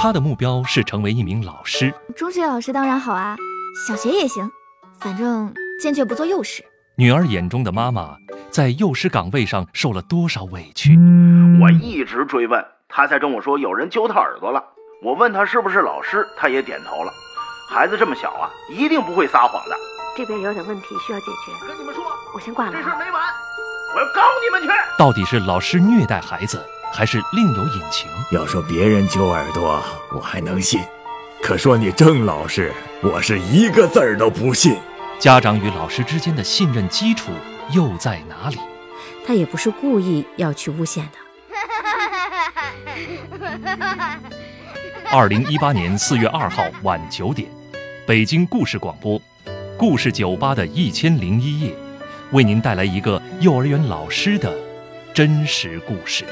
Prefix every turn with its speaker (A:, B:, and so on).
A: 他的目标是成为一名老师。
B: 中学老师当然好啊，小学也行，反正坚决不做幼师。
A: 女儿眼中的妈妈，在幼师岗位上受了多少委屈？
C: 我一直追问，他才跟我说有人揪他耳朵了。我问他是不是老师，他也点头了。孩子这么小啊，一定不会撒谎的。
D: 这边有点问题需要解决，
C: 跟你们说，
D: 我先挂了啊。
C: 没完，我要告你们去。
A: 到底是老师虐待孩子，还是另有隐情？
E: 要说别人揪耳朵，我还能信；可说你郑老师，我是一个字儿都不信。
A: 家长与老师之间的信任基础又在哪里？
F: 他也不是故意要去诬陷的。
A: 二零一八年四月二号晚九点，北京故事广播，故事酒吧的一千零一夜，为您带来一个幼儿园老师的真实故事。